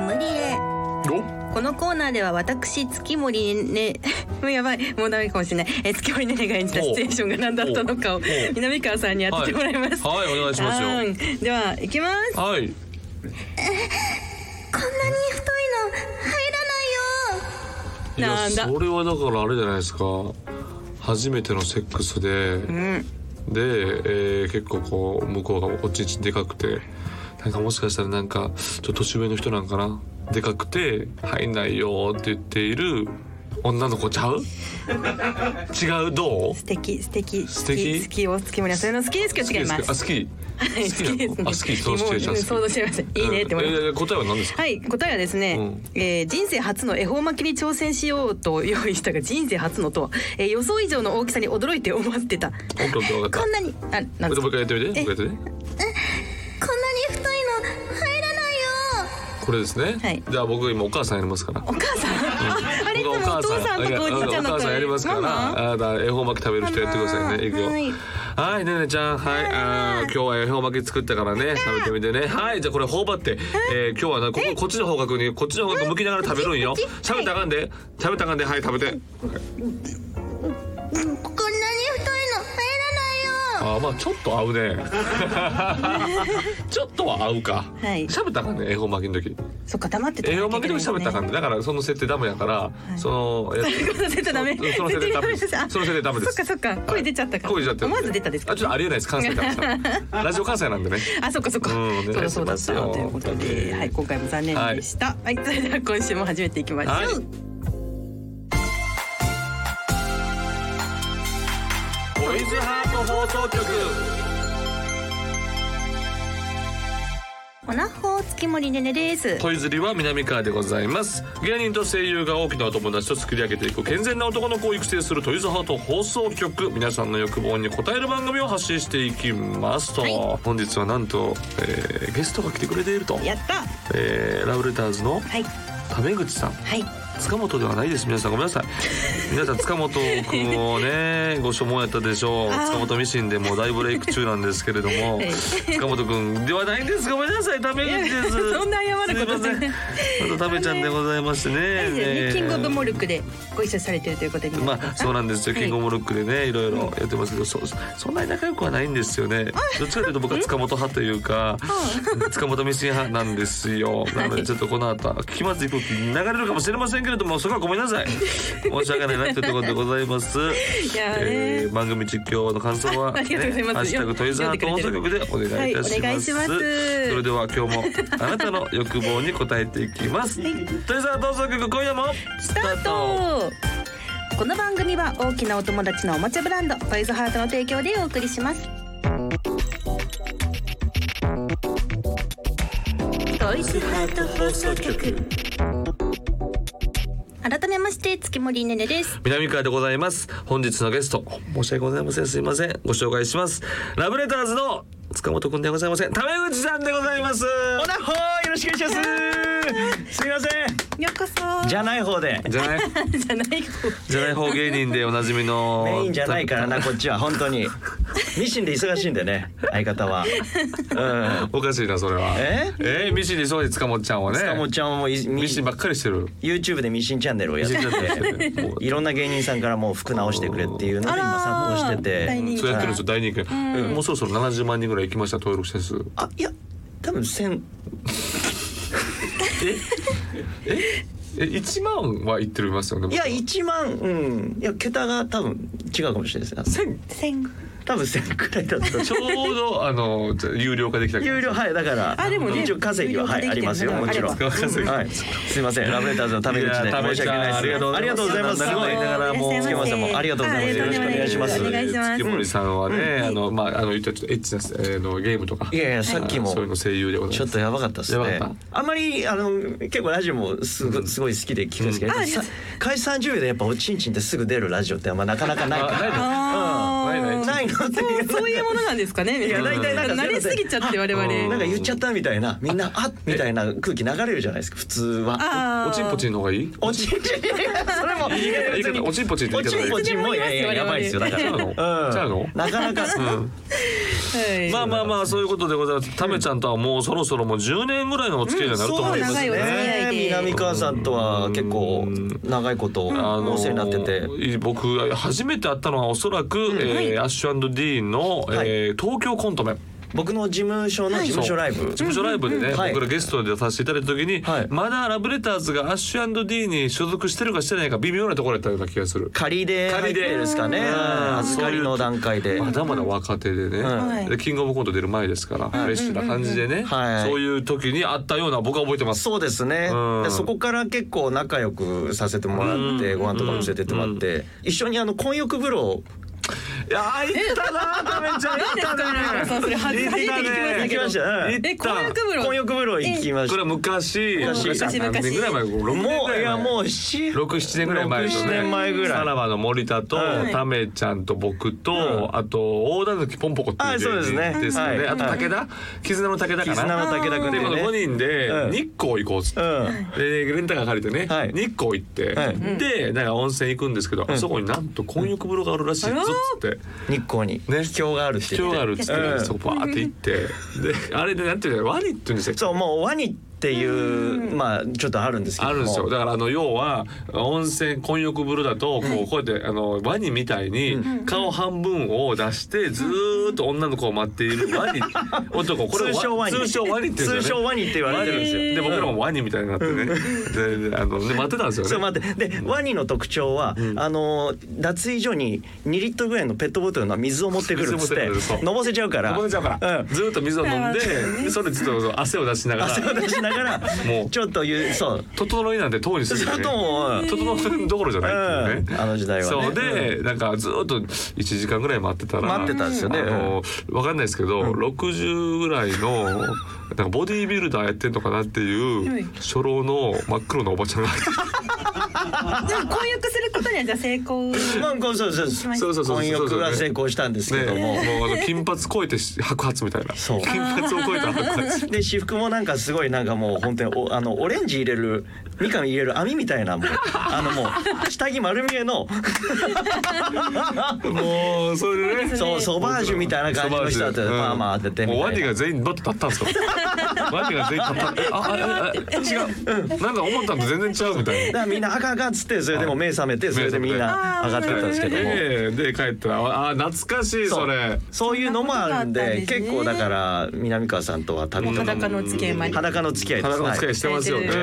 ムリエおこのコーナーでは私月森ね もうやばいもうダメかもしれないえー月森ねねが演じたシチュエーションが何だったのかをおうおう南川さんに当ててもらいます、はいはいお願いしますよあーでは行きますはこんないに太いいの入らないよなやんだそれはだからあれじゃないですか初めてのセックスで、うんで、えー結構こう向こうがおちんちんでかくてなんかもしかしたらなんかちょっと年上の人なんかなでかくて入んないよって言っている女の子ちゃう違うどう素敵素敵素敵好き好きを月森はそういうの好きですけど違います好きはいですかあ好き好きなのあで好すねきそのシチュエーショもンう好き想像してましたいいねって思いますうんえー答えは何ですかはい答えはですね、うんえー人生初の恵方巻きに挑戦しようと用意したが人生初のとは、えー予想以上の大きさに驚いて思ってたオッケーオッケー分かこっんなにあなたんですもうか一回やってみてえもう一回やってみこてんなに太いの入らないよこれですね、はいじゃあ僕今お母さんやりますからお母さんああれいつ僕もはお父さんとかおじいちゃんあのお母さんやりますからママあだから恵方巻き食べる人やってくださいねいくマよマはいはいねねちゃんはいあー今日は恵方巻き作ったからね食べてみてねはいじゃあこれ頬張って、えー、今日はなこここっちの方角にこっちの方角向きながら食べるんこよっちこっち食べたらあかんで食べたらあかんではい食べてこんなに太いの入あーまあちょっと合 うねちょっとは合うかはい喋ったらあかんね恵方巻きの時そっか黙ってた栄養負けでも喋ったらあかんねだからその設定ダメやから、そのやつ絶対ダメその設定ダメです絶対ダメその設定ダメです そっかそっか声出ちゃったから声出ちゃってる思わず出たですかあちょっとありえないです関西からしたらラジオ関西なん でねあ、そっかそっか。うんそうだそうだお願いしますそうだよということで、はい、今回も残念でした。はい、それでは今週も始めていきましょう。はいボイズハート放送局おなほ月森ねねです。恋釣りは南川でございます芸人と声優が大きなお友達と作り上げていく健全な男の子を育成するトイズハート放送局皆さんの欲望に応える番組を発信していきますと、はい本日はなんと、えーゲストが来てくれていると、やった。えーラブレターズのはい。タメ口さんはい。塚本ではないです皆さんごめんなさい皆さん塚本くんを ねご所望やったでしょうあー塚本ミシンでもう大ブレイク中なんですけれど もええ塚本くんではないんですごめんなさいダメ口です そんな謝ることすいませんまたタメちゃんでございましてねはいえねえキングオブモルックでご一緒されてるということで。まあそうなんですよ、はいキングオブモルックでねいろいろやってますけどそそんなに仲良くはないんですよねどっちかというと僕は塚本派というか塚本ミシン派なんですよなのでちょっとこの後は気まずい空気に流れるかもしれませんけれどもそこはごめんなさい申し訳ないなというところでございますいやーねえー番組実況の感想は、 あありがとうございますハッシュタグトイズハート放送局でお願いいたします,、はいお願いしますそれでは 今日もあなたの欲望に応えていきます、トイズハート放送局今夜もスタート。この番組は大きなお友達のおもちゃブランドトイズハートの提供でお送りします。トイズハート放送局。改めまして月森ねねです。南川でございます本日のゲスト申し訳ございませんすいませんご紹介しますラブレターズの塚本くんではございませんタメ口さんでございますおなほーよろしくお願い します。すみません。ようこそ。じゃない方で。じゃないじゃない方じゃない方芸人でおなじみのメインじゃないからなこっちは本当に。ミシンで忙しいんでね相方は。うん。おかしいなそれはええーミシンにそうで塚本ちゃんはね塚本ちゃんもいミミシシンンばっかりしてる YouTube でミシンチャンネルをやってミシンチャンネルやっててるもういろんな芸人さんからもう服直してくれっていうので今あらー殺到して大人て気そうやってるんですよ大人気、えもうそろそろ70万人ぐらい行きました登録者数あいや多分千え1万は行ってるますよねいや一万うんいや桁が多分違うかもしれないですね千戦。多分千くらいだったちょうどあのじゃあ有料化できたから有料はいだからあでもね一応稼ぎははい有料あ化でりきてるんだますよもちろんあればはいすいませんラブレターズのため口でいや申し訳ないですありがとうございますあすりがとうございますごいながらもう月森さんもありがとうございますよろしくお願いしますお願いします月森さんはね、んあのまああの言ったらちょっとエッチな、えー、のゲームとか、いやいやさっきもそういうの声優でございちょまっす。とやばかったですねやばかっあんまりあの結構ラジオもすごすごい好きで聞くんですけどうんさあ開始30秒でやっぱおちんちんってすぐ出るラジオってあんまなかなかないかあないのあないらーない うんないないのっていうそういうものなんですかね。皆さんいや大体なんか慣れすぎちゃって我うんなん々。か言っちゃったみたいなみんなあみたいな空気流れるじゃないですか普通は。あーおちんぽちんの方がいいおちん ちんそれも言い方言い方おちんぽちんってお言いち方がいんいぽちんもいやいややばいですよだか違ら。うの違うのなかなかうんはいまあまあまあそういうことでございます。タメちゃんとはもうそろそろもう10年ぐらいのお付き合いになると思いますうんそう長いお付き合ね。いで南川さんとは結構長いことお世話になってて、ー僕初めて会ったのはおそらく、えーアッシュディーンの、はいえー東京コントメ僕の事務所の事務所ライブ、事務所ライブでね、はい僕らゲストで出させていただいた時に、はいまだラブレターズがアッシュディーンに所属してるかしてないか微妙なところだったような気がする。仮で入ってるんですかね仮でうん預かりの段階で。まだまだ若手でね、はいでキングオブコント出る前ですから、フレッシュな感じでね、はいそういう時に会ったような僕は覚えてます。そうですね、うんでそこから結構仲良くさせてもらって、ご飯とかも連れてってもらって、一緒にあの混浴風呂いやー行ったなータメちゃん行何ですかね皆さったんそれね初めて聞きました行けきどまし。た、うん行え、っ婚約た風呂。混浴風呂行きまこしれたは昔昔昔何年ぐらい前6年もぐうらいいや前もう四六七年ぐらい前のね。六七年前ぐらいさらばの森田と、はいタメちゃんと僕と、あと大田月ポンポコっていうあそうです芸ね人ですよね。はいあと武田、絆の武田か絆な。の武田君ででこのね五人でうん日光行こうっつって。うんでレンタカー借りてね、はい日光行って、はいでなんか温泉行くんですけど、あそこになんと混浴風呂があるらしいぞっうんつって。日光にね秘境があるっ秘て境言ってがあるっつって、うんそこバーって行ってであれでなんていうのワニっていうんですよそうもうワニっていうまあちょっとあるんですけどあもるんですよだからあの要は温泉混浴風呂だとこうこうやってあのワニみたいに顔半分を出してずーっと女の子を待っているワニ男これ通称ワニ通称ワニっていうんで通す称よねワニって言われてるんですよ、で僕らもワニみたいになってねであのね待ってたんですよねそう待ってでワニの特徴は、あの脱衣所に2リットルぐらいのペットボトルの水を持ってくるっつっ水てを持ってくるそうのぼせちゃうからここでじゃあほら、うんずーっと水を飲んでなるほどねでそれちょっと汗を出しなが汗をら出しながらもうちょっと言うそう整いなんてとうにすそうるすよねるともう、うん整いどころじゃないっていうね、うんあの時代はねそうで、なんかずーっと1時間ぐらい待ってたら待ってたんですよねあのわかんないですけど、60ぐらいのなんかボディービルダーやってんのかなってはいいう初老の真っ黒のおばちゃんが入ってでも婚約することにはじゃあ成功。まあこうそうそうそうはいそうそうそうそう婚そ約うが成功したんですけねども、もうあの金髪超えてし白髪みたいなそう金髪を超えた白髪で私服もなんかすごいなんかもう本当におあのオレンジ入れるみかん入れる網みたいなもうあのもう下着丸見えのもうそれでねそうソバージュみたいな感じの人だったソバージュらパーマ当ててみもうたワニいなが全員バッと立 ったんですよワニが全員立ったああああ 違うなんか思ったのと全然違うみたいなだからみんな赤赤っつってそれでも目覚めてそれでみんな上がってったんですけども。ええで帰ったらああ懐かしいそれそういうのもあるんでそんな結こ構とがあだっから南川さんとは旅の裸のお付き合いまで。裸の付き合いです裸の付き合 いはしてますよね、はいう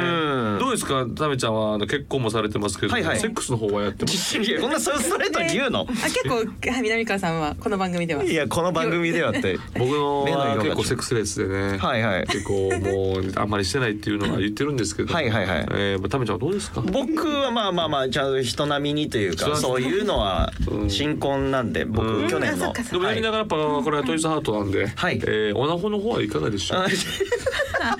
んどうですかタメちゃんはあの結婚もされてますけど、はいはいセックスの方はやってますいいやこんなそれストレートに言うのあ、結構はい南川さんはこの番組では。いやこの番組ではって僕の目のは色が結構セックスレスでね、はいはい結構もうあんまりしてないっていうのは言ってるんですけどはいはいはいえー、タメちゃんはどうですか僕はまあまあまあちゃんと人並みにというそうかですそういうのは新婚なんでう僕ん去年のあそっかそっかでもはやりいながらやっぱこれはトイズハートなんで、はいえー、オナホの方はいかがでしょうか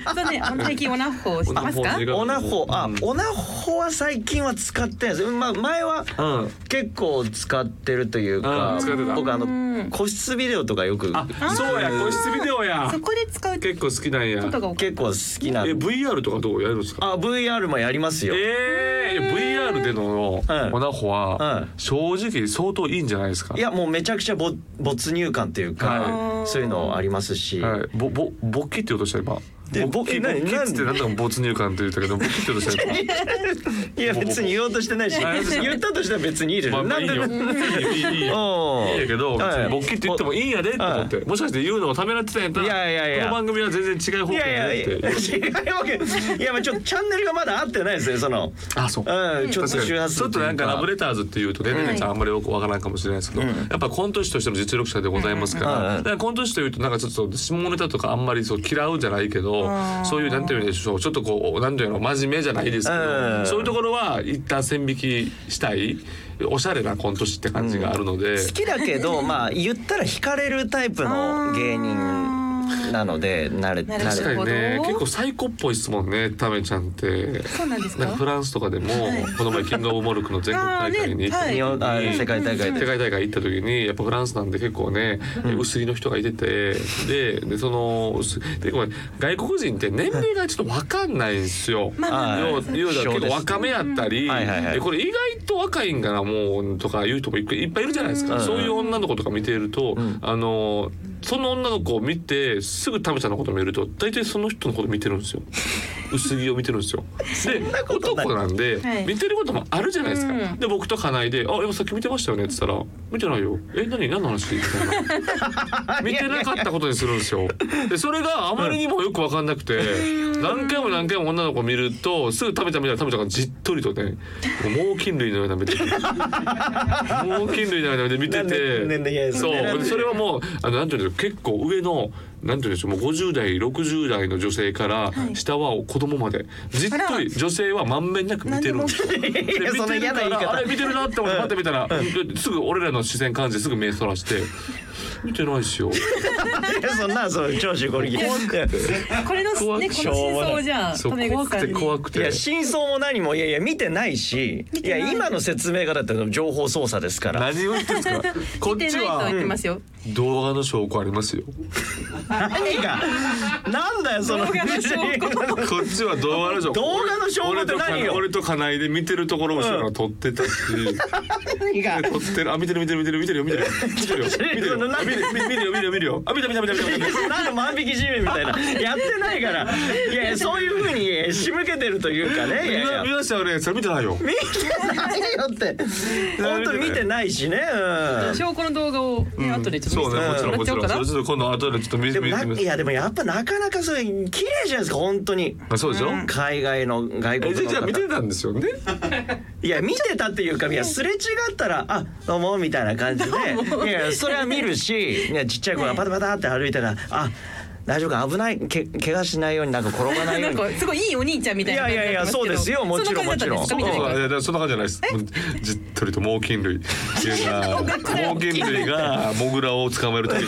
あそうね。あの最近オナホ知ってますか？ オナホあオナホは最近は使ってないですまあ前はうん結構使ってるといううんか使ってた僕あうんの個室ビデオとかよくあそうや個室ビデオやそこで使う結構好きなんやことが起こる。結構好きなんえで VR とかどうやるんですかあ VR もやりますよえー、VR でのはいオナホははい正直相当いいんじゃないですかいやもうめちゃくちゃぼ没入感というか、はいそういうのありますし、はい、ぼぼ勃起って音した今で勃起ぼえ勃何起っつってなんだか没入感って言ったけど勃起って音した今 いや別に言おうとしてないしあそうです言ったとしては別にいいですまあ、まあないんいでよ。いいよ、いいよ、いいよ。おいいんやけど、別に勃起って言ってもいいんやでって思って、もしかして言うのをためらってたんやったら。いやいやいやこの番組は全然違う方い向ややいやでいやって。違うわけいやまあちょっとチャンネルがまだ合ってないですねそのあ、そう。うんちょっ確とかに周波数ちょっとなんかラブレターズっていうとね、ねねちゃんあんまりよくわからないかもしれないですけど、やっぱコント師としての実力者でございますから、うんうだんからコント師というとなんかちょっと下ネタとかあんまりそう嫌うじゃないけど、そういうなんていうんでしょう、ちょっとこうなんていうの真面目じゃないですけど、うんそういうところは一旦線引きしたいおしゃれなコント師って感じがあるので、好きだけどまあ言ったら惹かれるタイプの芸人ーなので慣れなるほど確慣かにねれなるほど結構サイコっぽいですもんねタメちゃんってそうなんですなんかかフランスとかでもいこの前キングオブモルクの全国大会に行っあーたねはい日本あ世界大会世で界大会行った時にやっぱフランスなんで結構ね、薄着の人がいててででその薄でごめん外国人って年齢がちょっと分かんないんですよ。まあまあはい要は言うたらそう結です構若めやったり、うんはいはいはいえこれ意外と若いんかなもうとか言う人もいっぱいいっぱいいるじゃないですか、うんそういう女の子とか見ていると、んあのその女の子を見てすぐタメちゃんのこと見ると大体その人のこと見てるん ですよ薄着を見てるんですよ。でことない男なんで、はい見てることもあるじゃないですか。うんで僕と家内で「あ今さっき見てましたよね」って言ったら「見てないよえ何何の話?」みたいな。見てなかったことにするんですよ。でそれがあまりにもよく分かんなくて何回も何回も女の子見るとすぐ食べたみたいな食べたからじっとりとね猛禽類のような目で猛禽類のような目で見てて。なんでいやいやそなんでう、それはもう、あの、なんていうんですか、結構上の、なんていうんでしょう、もう五十代、六十代の女性から、下は子供まで。じっあとらり、女性はまんべんなく見てるんですよ。で見てそんな嫌るなか言い方ら、あれ見てるなって思って、待ってみたら、すぐ俺らの視線感じ、すぐ目そらして。見てないっすよ。いやそんなそう長州ゴリギリこれの怖くねこの真相をじゃあそう、タメ怖口くさんて、に怖くいてや。真相も何もいやいや見てないしいてないや今の説明がだって情報操作ですから何を言ってんすか。こ っ見てちないとは言ってはますよ。動画の証拠ありますよ。何がなんだよその動画の証拠こっちは動画の証拠。動画の証拠って何よ俺とかないで見てるところを後ろが撮ってたし。何が撮ってるあ見てる見てる見てる見てるよ見てるよ見てるよ見てるよ見てる見てるよ見てるよ見てるよあ見た見た見た見た見た なんか万引き G メンみたいなやってないからいやいやそういう風にえー仕向けてるというかねいやいや見ましたよねそれ見てないよ見てないよって本当見てないしね、うん証拠の動画をね後でちょっそとうねもちろんもちろんそれちょっと今度後でちょっと見でてもみてなみいやでもやっぱなかなかそれ綺麗じゃないですか本当にあそうでしょ海外の外え国じゃあのじゃあ見て方たんですよねいや見てたっていうかいやすれ違ったら「あどうも」みたいな感 じでいやそれは見るしいやちっちゃい子がパタパタって歩いたら「あ大丈夫か危ないけ怪我しないようになんか転ばないよ なうんかに」すごいいいお兄ちゃんみたいな感じになってまけどいやいやいやそうですよもちろんそな感じだったそんうですかそう見てないいやそんな感じじゃないですじっとりと猛禽 類っていうのは猛禽類がモグラを捕まえる時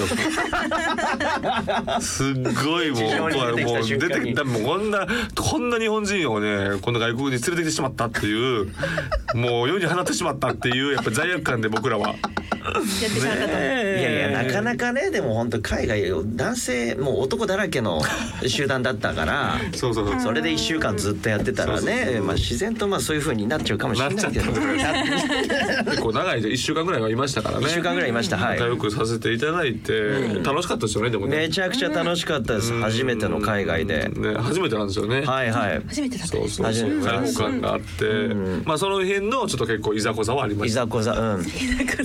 のすっごいもうもう出てきたもうこんなこんな日本人をねこんな外国に連れてきてしまったっていうもう世に放ってしまったっていうやっぱ罪悪感で僕らは。やってしまったと。いやいやなかなかねでも本当海外男性もう男だら けの集団だったからそうそうそうそれで1週間ずっとやってたらそうそうそね、まあ、自然とまあそういう風になっちゃうかもしれないけ なっどち1結構長いで1週間ぐらいはいましたからね週間ぐらいいましたはい仲良くさせていただいて、楽しかったですよねでもねめちゃくちゃ楽しかったです初めての海外でね初めてなんですよね、はいはい初めてだったんそうですそうそう初めて開放感があって、まあその辺のちょっと結構いざこざはありまいした。ざこざうん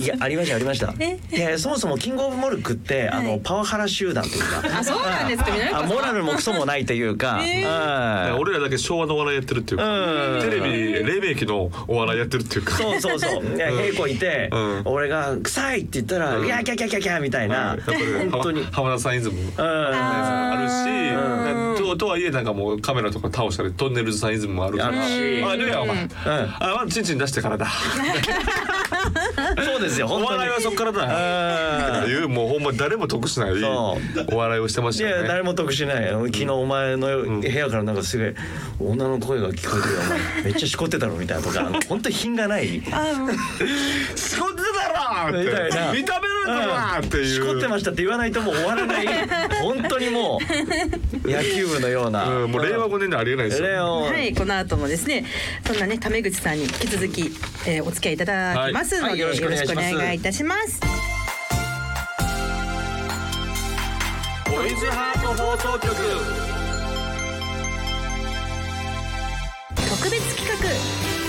いやありましたありましたえいやそもそもキングオブモルクってあはのいパワハラ集団というかあそうなんですか皆さあんモラルもクソもないというかえだからうん俺らだけ昭和のお笑いやってるっていううか、んテレビ黎明期のお笑いやってるっていうか。そうそうそう。いや、平子いて、うん俺が臭いって言ったら、いや、キャキャキャキャみたいな。やっぱり本当に は浜田さんイズムのやつもあるしなんかととはいえなんかもうカメラとか倒したりトンネルズさんイズムもあるからあるしあ出るやんお前あまずチンチン出してからだうんそうですよ、お本当に笑い。はそっからだっていうもうほんま誰も得しないそお笑いをしてましいたやよね誰も得しない昨日お前の部屋からなんかすごい女の声が聞こえてるよお 前めっちゃしこってたろみたいなとか本当に品がないあもう仕事だろーってみたいな見た目なんだなーっていうしこってましたって言わないともう終わらない本当にもう野球部のような、うん、もう令和5年でありえないです令よ。和をはい、この後もですね、そんなね、タメ口さんに引き続き、えー、お付き合いいただきますので、はいはいよよろろししくくおお願願いいいたします。トイズハート放送局。特別企画、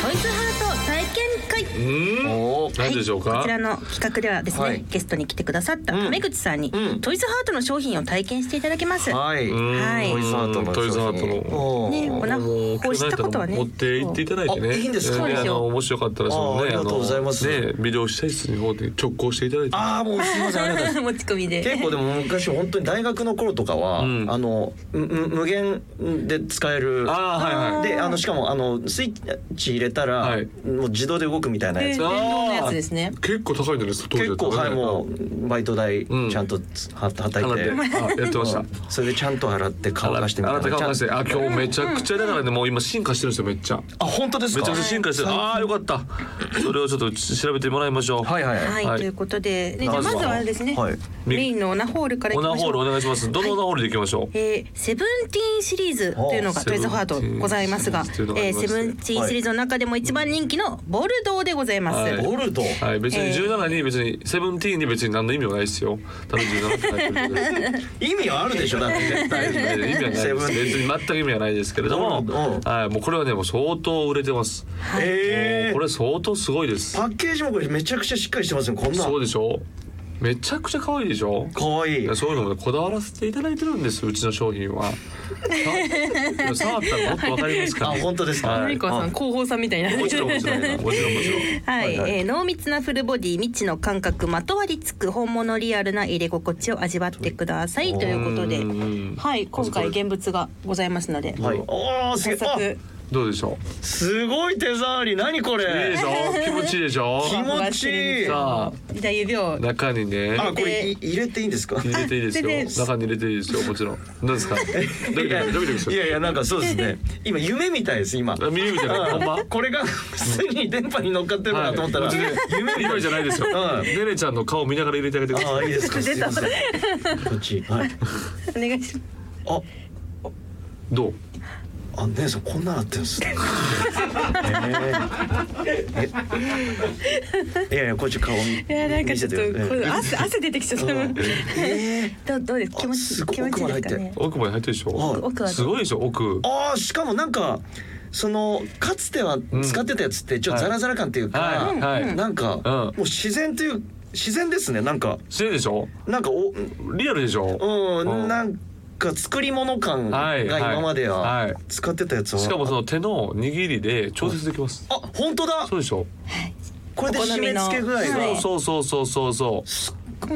トイズハート体験会。うん。おー何でしょうか。こちらの企画ではですね、はいゲストに来てくださったタメ口さんに、うんトイズハートの商品を体験していただきます。はい、うんはいトイズハートのトイズハートのおーねこのあのこうしたことはね持って行っていただいてね。あいいんですかそうですよあのもしよかったらそのね、あありがとうございますあのね、ビデオ施設の方で直行していただいて。ああもうすいませんありがとうございます持ち込みで。結構でも昔本当に大学の頃とかは、んあのむむ無限で使えるあーはいはい。であのしかもあのスイッチ入れたら、はいもう自動で動くみたいなやえ。つ電動のやつですね結構高いんじゃないですか当時結だった構らねはいもうバイト代うんちゃんとつはたたい払ってて。あやってました。うんそれでちゃんと払って乾かしてみあたないなた顔出して、ちゃんあ、今日めちゃくちゃだからね、もう今進化してるんですよ、めっちゃ。あ本当ですかめちゃくちゃ進化してる。ああ、よかった。それをちょっと調べてもらいましょう。はいはいはいはい、はいということで、ね、じゃあまずまはずはあれですね、はいメインのオナホールからいきオナましホょールおう願いします。どのオナホールでいきましょう。えーセブンティーンシリーズというのがおトイズハートございますが、セブンティーンシリーズというのがあえーセブンティーンりましてシリーズの中でも一番人気のボルドーでございます。はいボルトはい、別にえー17に別に、セブンティーンに別に何の意味もないですよ。ただ17って書いてるだけで。意味はあるでしょだって絶対意味はないです セブンティーン別に全く意味はないですけれどうんうもん、はい、もうこれはね、もう相当売れてます。もえうーこれ相当すごいですパ。ッケージもこれめちゃくちゃしっかりしてますよこんなそうでしょめちゃくちゃ可愛いでしょ可愛いいやそういうのもねこだわらせていただいてるんですうちの商品は。さいや触ったらもっとわかりますから、 あ本当ですかはい森川さんあ広報さんみたいなも ちろんもちろんもちろんもちろん。はい、はいはいえー濃密なフルボディ未知の感覚まとわりつく本物リアルな入れ心地を味わってくださいということでうんはい今回現物がございますので、はいおーすげ早えあ速どうでしょすごい手触り何こう。いいでれしょ気持ちいいでしょ。気持ちいいさじゃあ指をあ中にねあこれい入れていいんですか入れていいですあででよ。中に入れていいですよもちろん。なんで すか。ドキドキドキドキすいる。やいやなんかそうですね今夢みたいです今あ耳みたいなう本ん番。これが普通に電波に乗っかってるのかと思ったら、はい夢みた今いじゃないですよ。うんねねちゃんの顔見ながら入れてあげてくだあさあい。いいですか出たすいませんこっちはいお願いし まあどう。あ姉さんこんななってるんです ねええいやいやこっち顔見すいやなんか見ちょせってとよこう汗汗出てきちゃっ た、 うんええどうどうですあ気持ちすごい気持ちいいですかね奥まで入ってるでしはょ。奥はすごいでしょ奥。あーしかもなんかそのかつては使ってたやつってちょっとザラザラ感っていうか、はいはい。なんか、んもう自然という自然ですねなんか失礼でしょ。なんかおリアルでしょ。ううんん、なんか作り物感がはいはい今まではいは使ってたやつは、しかもその手の握りで調節できます。あ本当だそうでしょ。これで締め付け具合が、はいそうそうそうそうそう。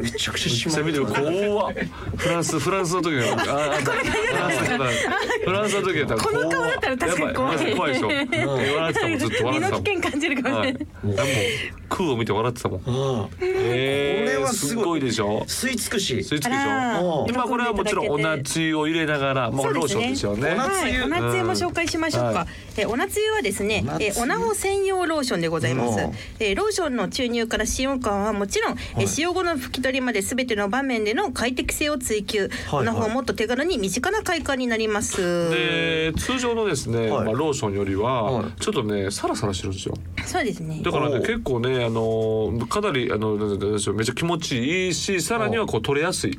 めちゃくちゃめっ締ちゃま見てる。る怖っ。フランスフランスの時が。ああフランスの時だフランスの時だったら怖こっ。の顔だったら確かに怖いやば怖いでしょ。笑ってたもんずっと 身笑っのて危たもん。険感じるかもしはれい。なでい、も空を見て笑ってたもん。ああえこれえはすすごいごいでしょ。吸い付くしスイッチでしょ。 あらー今これはもちろんおなつゆを入れながら、まあローションですよね。おは夏い、湯お夏湯も紹介しましょうか。うんはいえーお夏湯はですねお、夏湯えーおなほ専用ローションでございますうん。えーローションの注入から使用感はもちろん、えー使用後の拭き取りまで全ての場面での快適性を追求。はいおなほはもっと手軽に身近な快感になります。で通常のですね、はいまあ、ローションよりははいちょっとねサラサラしてるんですよそうですねだ。からおねう結構ねあのかなりあのなんて言うんでしょうめちゃ気持ちいいしさらにはこう取れやすい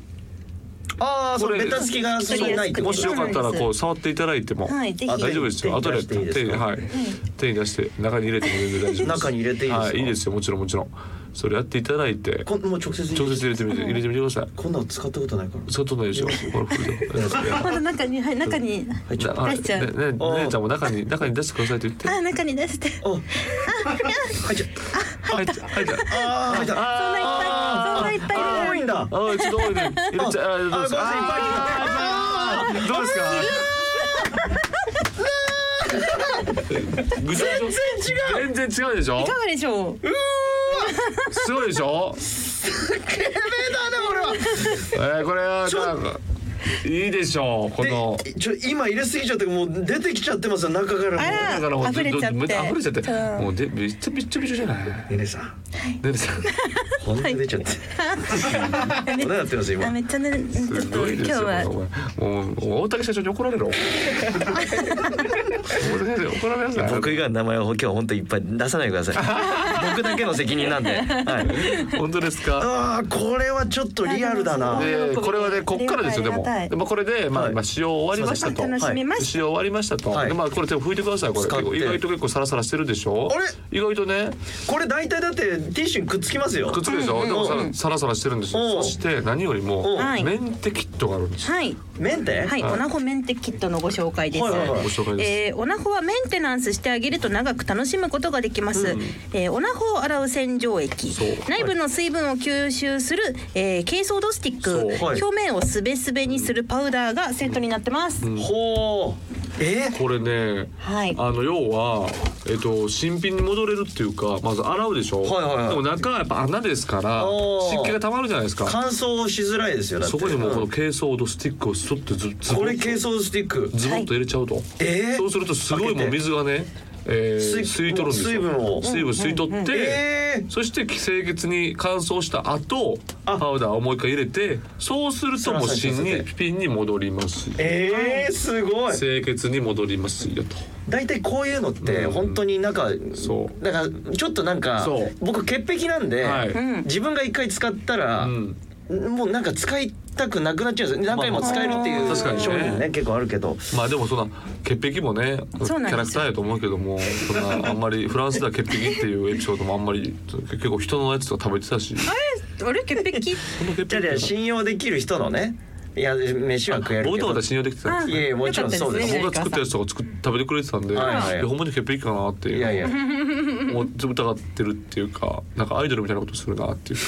ああそこうれベタつきがそんなないってこもとしそうよなかんですったらこう触っていただいてもはいぜひあ大丈夫ですよ手に後で出していいです手かにはい手に出して中に入れても全然大丈夫です中に入れていいですかはいいいですよもちろんもちろんそれやっていただいてこんもう直接調節入れてみて入れてみてくださいこんなの使ったことない から外とないでしょこれフルでまだ中に、はい、中に。入っちゃったはい出しちゃうねねおう姉ちゃんも中に中に出してくださいって言ってあ、中に出して。あ入っちゃった入った入ったあー入ったそんないっぱい、そんないっぱいいるあ多いんだあーちょっと多いね。入れちゃあーどうですか。ああーどうですか。全然違う。全然違うでしょい。かがでしょう。すごいでしょ。えー、これはなんかいいでしょう。このでちょ今入れすぎちゃってもう出てきちゃってますよ中からもあらだからもう溢れちゃってどど溢れちゃってうんもうでめっちゃめっちゃめちゃじゃ ない。ねねねさんねさん本当に出ちゃってこんななってますあ、今めっちゃね、ちょっすごとい今日ですよ。は。お前もうもう大竹社長に怒られろ。大竹社長怒られなさい。僕以外の名前を今日は本当にいっぱい出さないでください僕だけの責任なんで、はい、本当ですか。あーこれはちょっとリアルだなあでこれはねこっからですよでありもがたいでもこれでまあ、はいまあ使用終わりましたと楽しみました。使用終わりましたと、はいでまあこれ手を拭いてくださいこ使ってれ意外と結構サラサラしてるでしょあれ意外とねこれ大体だってティッシュにくっつきますよくっつくでしょ、でもサラサラサラしてるんですうよんそして何よりも、うんはいメンテキットがあるんですよはい。メンテはい、オナホメンテキットのご紹介です。はいはいはいご紹介ですえーオナホはメンテナンスしてあげると長く楽しむことができます。えーオナホを洗う洗浄液そう、内部の水分を吸収する、えー、珪藻土スティック、そうはい表面をすべすべにするパウダーがセットになってます。ほうえーこれね、はいあの要は、えっと、新品に戻れるっていうかまず洗うでしょ、はいはいはいでも中はやっぱ穴ですからおー湿気がたまるじゃないですか乾燥しづらいですよだっそてこにもうこうのん珪藻土スティックをスッとズズボこッれ珪藻スティックズボッと入れちゃうと、えーそうするとすごいもう水がね、えー水吸い取るんですよ水分を水分吸い取って、えーそして清潔に乾燥した後あパウダーをもう一回入れてそうするともう芯さらさらにさせピンに戻りますよえー、すごい清潔に戻りますよと大体こういうのってうん本当になんか、そうだからちょっとなんかそう僕潔癖なんで、はいん自分が一回使ったら、うんもうなんか使いたくなくなっちゃうんですよ何回も使えるっていまあうまあ確かにね商品ね結構あるけどまあでもそんな潔癖もねキそうなんですよャラクターやと思うけどもそんなあんまりフランスでは潔癖っていうエピソードもあんまり結構人のやつとか食べてたしあれ潔 癖その潔じゃあじゃあ信用できる人のねいや飯は食える僕けとかどだ信用できてたんですいやいやもちろんそうです僕が作ったやつとか作っ食べてくれてたんで、はいはいいやほんまに潔癖かなっていういやいやもう疑ってるっていうかなんかアイドルみたいなことするなっていう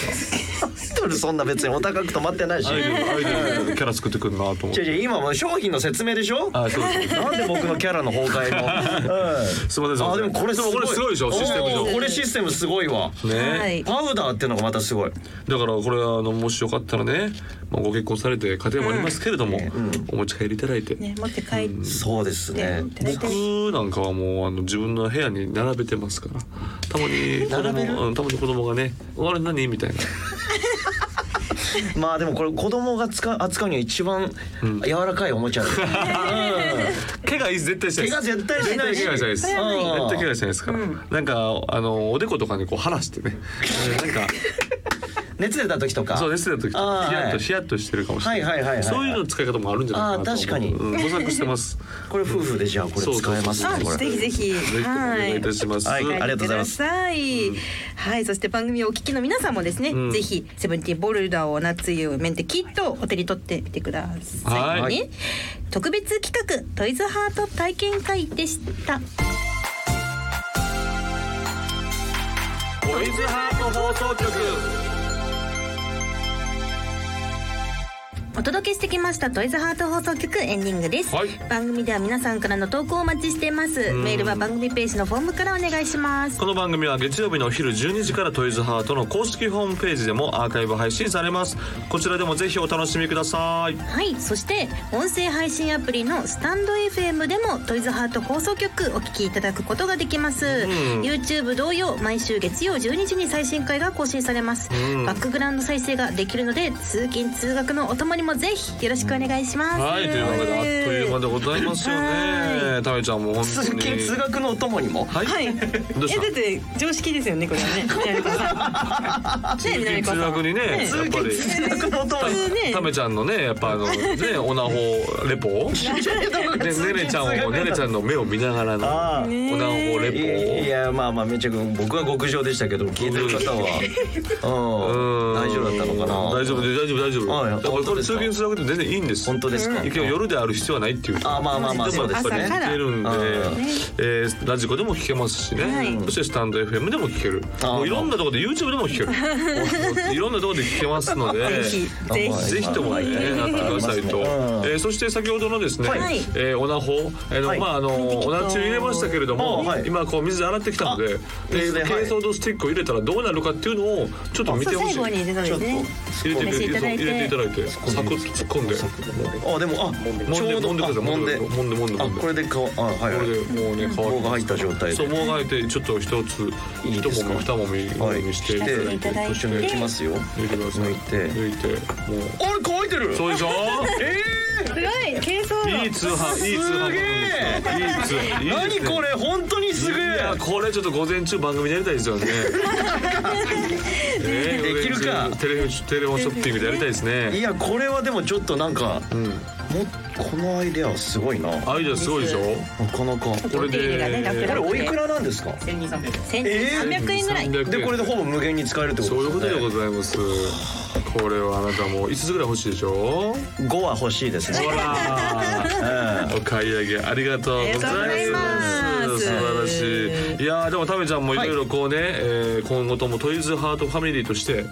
かドルそんな別にお高く止まってないしアイドルアイドルみたいなキャラ作ってくるなと思っじてゃじゃ今もう商品の説明でしょあそうですなんで僕のキャラの崩壊 の、うんすみませんあでもこれすごいこれすごいでしょシステムおー上これシステムすごいわね、はいパウダーっていうのがまたすごいだからこれあのもしよかったらね、まあ、ご結婚されて家庭もありますけれども、お持ち帰りいただいて、ね持って帰って、そうですねね僕なんかはもうあの自分の部屋に並べてますからたまに子並べる供うんたまに子供がね「あれ何?」みたいなまあでもこれ子供が使う扱うには一番柔らかいおもちゃだよ、怪我絶対しない怪です我絶対しないし絶対怪我しないですうん絶対怪我しないですから、なんかあのおでことかにこう離してねなんか熱出た時とかそう熱出た時あーヒヤッはといヒヤッとしてるかもしれない,、はいはいはいはいそういうの使い方もあるんじゃないかなと思うあー確かにうん、模索してますぜこれ夫婦でじゃあこれ使えますそうそうそうねこあぜれひぜひひともお願いいたします、はいはあいりがとうございます。はい、そして番組をお聞きの皆さんもですね、んぜひセブンティーンボルダーを夏湯メンテキットをお手に取ってみてくださいね。はい特別企画トイズハート体験会でした。トイズハート放送局お届けしてきましたトイズハート放送局エンディングです、はい番組では皆さんからの投稿をお待ちしていますメールは番組ページのフォームからお願いしますこの番組は月曜日のお昼12時からトイズハートの公式ホームページでもアーカイブ配信されますこちらでもぜひお楽しみくださいはいそして音声配信アプリのスタンド FM でもトイズハート放送局お聞きいただくことができます、YouTube 同様毎週月曜12時に最新回が更新されます、バックグラウンド再生ができるので通勤通学のお供にもぜひよろしくお願いします、はい、というわけであっという間でございますよはね。ためちゃんも本通当に。勤通学のお供にもはい。はい。どうしたえだって常識ですよねこれはね。南子さん。ね南子さん。通学にね、やねっぱり。通学のお供に通ねためちゃんのね、やっぱ あのね、オナホレポ。で、ねねちゃんを、ねねちゃんの目を見ながらの。あオあナホレいやいポ。やまあまあめちゃく僕は極上でしたけど聞いてる方は、うん、 大丈夫だったのかな大丈夫で、大丈夫、大丈あいや夫。だから、こ本当れです通か勤通学で全然いいんです。本当ですか、いや夜である必要はないっていう。あまあまあまあでもそうでやっすぱりねね朝から聞けるんで、うんえーラジコでも聞けますしね、はいそしてスタンド FM でも聞けるあーもういろんなところで YouTube でも聞けるもういろんなところで聞けますのでぜひぜひぜひともね、なってくださいと、うんえーそして先ほどのですね、はいえーオナホ、えーのはいまああのおなつゆ入れましたけれども、あはい今こう水で洗ってきたので、で水ではい珪藻土スティックを入れたらどうなるかっていうのをちょっと見そてうほし最い。後に出たんですね。入れてくれお召しいただいて入れていただいて、サクッと突っ込んで、あでもあちょうど揉んであ揉んで揉ん揉んで揉んで揉でんであこれで顔あはいこはいれでもうね、皮棒が入った状態でそうもが入ってちょっと一ついい一ですもかみ二もみはいにしてはい抜いいたてだいて一緒に行きますよください抜いて抜いてもうあれ乾いてるそうでしょえすごい軽装。いい通販いい通販すげえいい通販ー、いいです何ねこれ本当にすげいえやこれちょっと午前中番組でやりたいですよねねできる午前か中テレフテレフォンショッピングでやりたいですいねやこれはでもちょっとなんか、もこのアイデアはすごいななかアイデアすごいでしょなかこれお手入れがね楽で々これおいくらなんですか千三百円ぐらい。 300でこれでほぼ無限に使えるってこそういとうことででごすざいますこれはあなたも5つぐらい欲しいでしょね5は欲しいですねほらうんお買い上げありがとうござありいがとうまごす。ざいます素晴らしい。いやーでもタメちゃんもいろいろこうね、えー今後ともトイズハートファミリーとして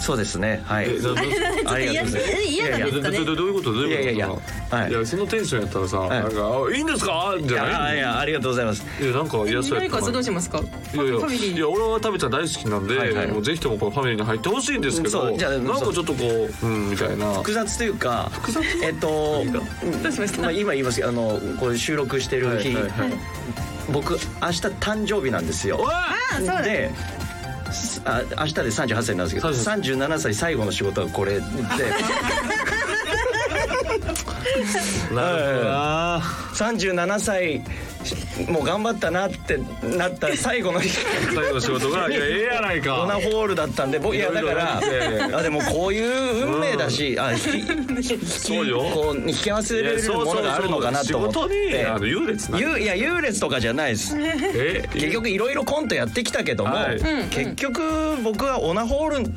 そうですねはいえななちょっと嫌嫌なんやいやでどすかねどどどういうことどういうこといやいやいやはいいやそのテンションやったらさ、いなんかあいいんですかいじゃやないいやありがとうございますいやなんかいやそうや緑った川さんどなうしますかフいやいァミリやい やー俺は食べちゃん大好きなんで、はいはいもうぜひともこのファミリーに入ってほしいんですけそどうじゃあなんかちょっとこううんみたいな複雑というかえっとどうしましたまあ今言いますけどあのこれ収録してるはい日、はいはい僕明日誕生日なんですよおいあそうだですあ明日で38歳なんですけど38 37歳最後の仕事は これでなるほどな37歳もう頑張ったなってなった最後の日最後の仕事が「いやええやないドナかホールだったんで僕いやだからいろいろねあでもこういう運命だし、あひそうよこう引き合わせれるものがあるのかなと思ってそうそうそう仕事にあの優劣なゆいや優劣とかじゃないですえ結局いろいろコントやってきたけども、はいうん結局僕はオナホール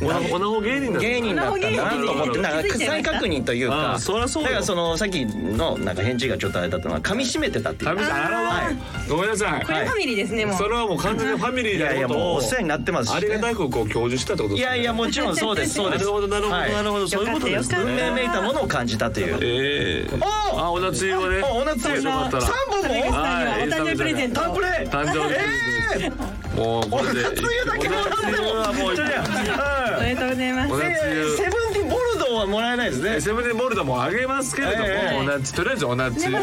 おなおなほ芸人なんだ芸人だったんだな と思ってオナホなん芸人か再確認というあかあそりゃそうよだからそのさっきのなんか返事がちょっとあれだったのは噛み締めてたっていう神さんあらわ、ごめんなさいこれファミリーですねもうそれはもう完全にファミリいやいーやなこもとうをお世話になってますし、ありがたくこう享受したってこといですねやいやもちろんそうですそうなでするほどなるほどはいなるほどそういうことですよかねった運命めいたものを感じたというええおーあおなつゆはねあおなつゆよかったら三本もはいお誕生日プレゼントタンプレー誕生日えーもうこれでおなつゆだけもらってもおなつゆはもうじゃあおうんめでとうございますおなつえーセゆブンティーンボルドーはもらえないですねセブンティーンボルダもあげますけれども、ええおなつとりあえずおなつゆおな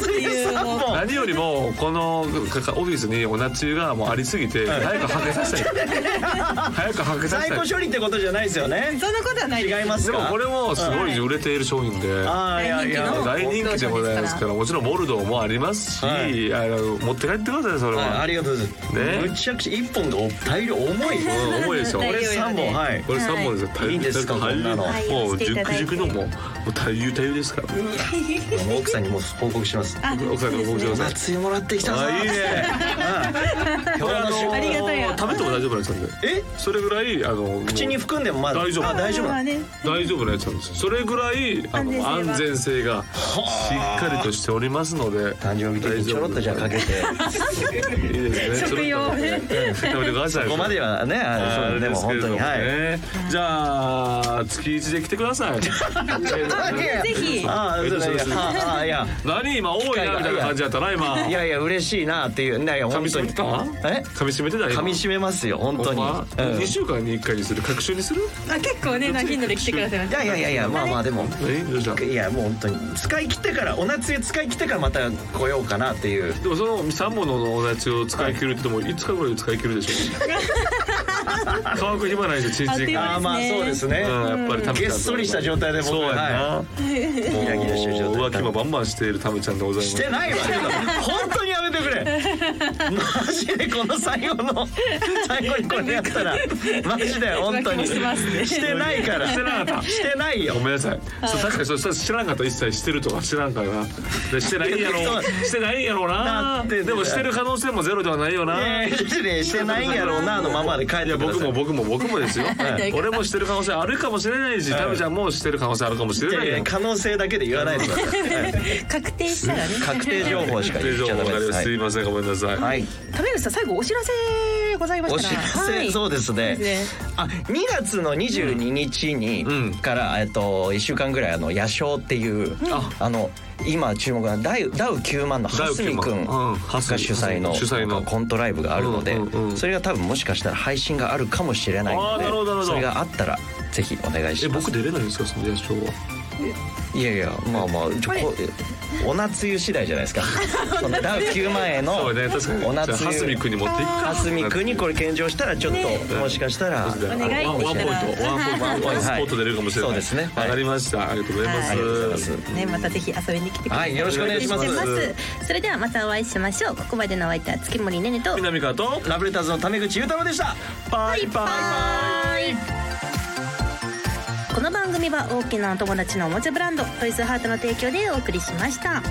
つゆ三を本何よりもこのかかオフィスにおなつゆがもうありすぎて早くはけさせたい早くはけさせ在たい庫処理ってことじゃないですよねそんなことはない違いますでかもこれもすごい売れている商品で、あーいやいや大人気の大人気でございますからもちろんボルドーもありますし、はいあの持って帰ってくださいそれはいは、ありがとうございます、ねむちゃくちゃ一本が大量重いうん重いですよ大こ量れ俺三本はいこれ三本ですよ、いいんですか大こんなの大もうはい熟熟のもうもう大優大優ですからもう奥さんにも報告します奥さんにご報告してください夏湯もらってきたぞあいいね今日ののありがたいわ食べても大丈夫なやつなんでえそれぐらいあの口にもう含んでもまだ大丈夫あ大丈夫まあね大丈夫なやつなんですよそれぐらいあの安安全性がしっかりとしておりますので誕生日ケーキにちょろっとじゃあかけていいですね食用それ食べてくださいここまではねああそうれでもすけ本れ当どにねはいじゃあ月一で来てくだ さいぜひああそうだいやああいや何今多いなみたいな感じやったな今いやいや嬉しいなっていういやいや噛本み当締めにてたえ噛み締めてた今噛み締めますよ本当に、うん2週間に1回にする隔週にするあ結構ねな頻度で来てくださいまいしやいやいやいやまあまあでもいいんじゃんいやもう本当に使い切ってからお夏湯使い切ってからまた来ようかなっていうでもその3本の同じを使い切るって言っても5日ぐらいで使い切るでし ょ乾く暇ないでちんちんがああまあそうですねうんやっぱりタメちゃんとげっそりした状態で僕そうやな、はもうギラギラしてる状態浮気もバンバンしているタメちゃんでございますして ないわ本当にやめてくれマジでこの最後の最後にこれやったらマジで本当 に浮気もしてますねしてないからしてなかったしてないよごめんなさい。そう確かにそうそう知らんかったら一切してるとか知らんからな。でしてないんやろそう。してないんやろうだなっ。てでもしてる可能性もゼロではないよいな。やいやしてないんやろうなのままで帰っいてやくだ僕さいも僕も僕もですよ。い俺もしてる可能性あるかもしれないし、タメちゃんもしてる可能性あるかもしれないいやいややん。可能性だけで言わないでくださいた確定したらね確定情報しか言っちゃダメですすいませんごめんなさい。はい食べるさん最後お知らせございま おした知ららせ、はいそうですねですあ2月の22日に、うんから、えっと、1週間ぐらいあの野鳥っていう、ああの今注目なダウダウ9万のダウ蓮見君9万うんが蓮見主催の,、主催のコントライブがあるので、うんうんうんそれが多分もしかしたら配信があるかもしれないあーのなるほどなるほどでそれがあったらぜひお願いしえます僕出れないんですかその野鳥は。いやいやまあまあちょこお夏湯次第じゃない ですかそのダウ9万円のそうね確かに。お夏湯じゃあハスミ君に持っていくか。蓮見君にこれ献上したらちょっともしかしたら。お願いワンワンポイントワンポイントワンポイントスポット出れるかもしれない。そうですねはいわかりました。ありがとうございます。ありがとうございます。ね、またぜひ遊びに来てください。はいよろしくお願いしますお待ちしてますそれではまたお会いしましょう。ここまでのお相手は月森ねねと。南川とラブレターズの為口裕太郎でした。バイバイ。この番組は大きなお友達のおもちゃブランドトイズハートの提供でお送りしました。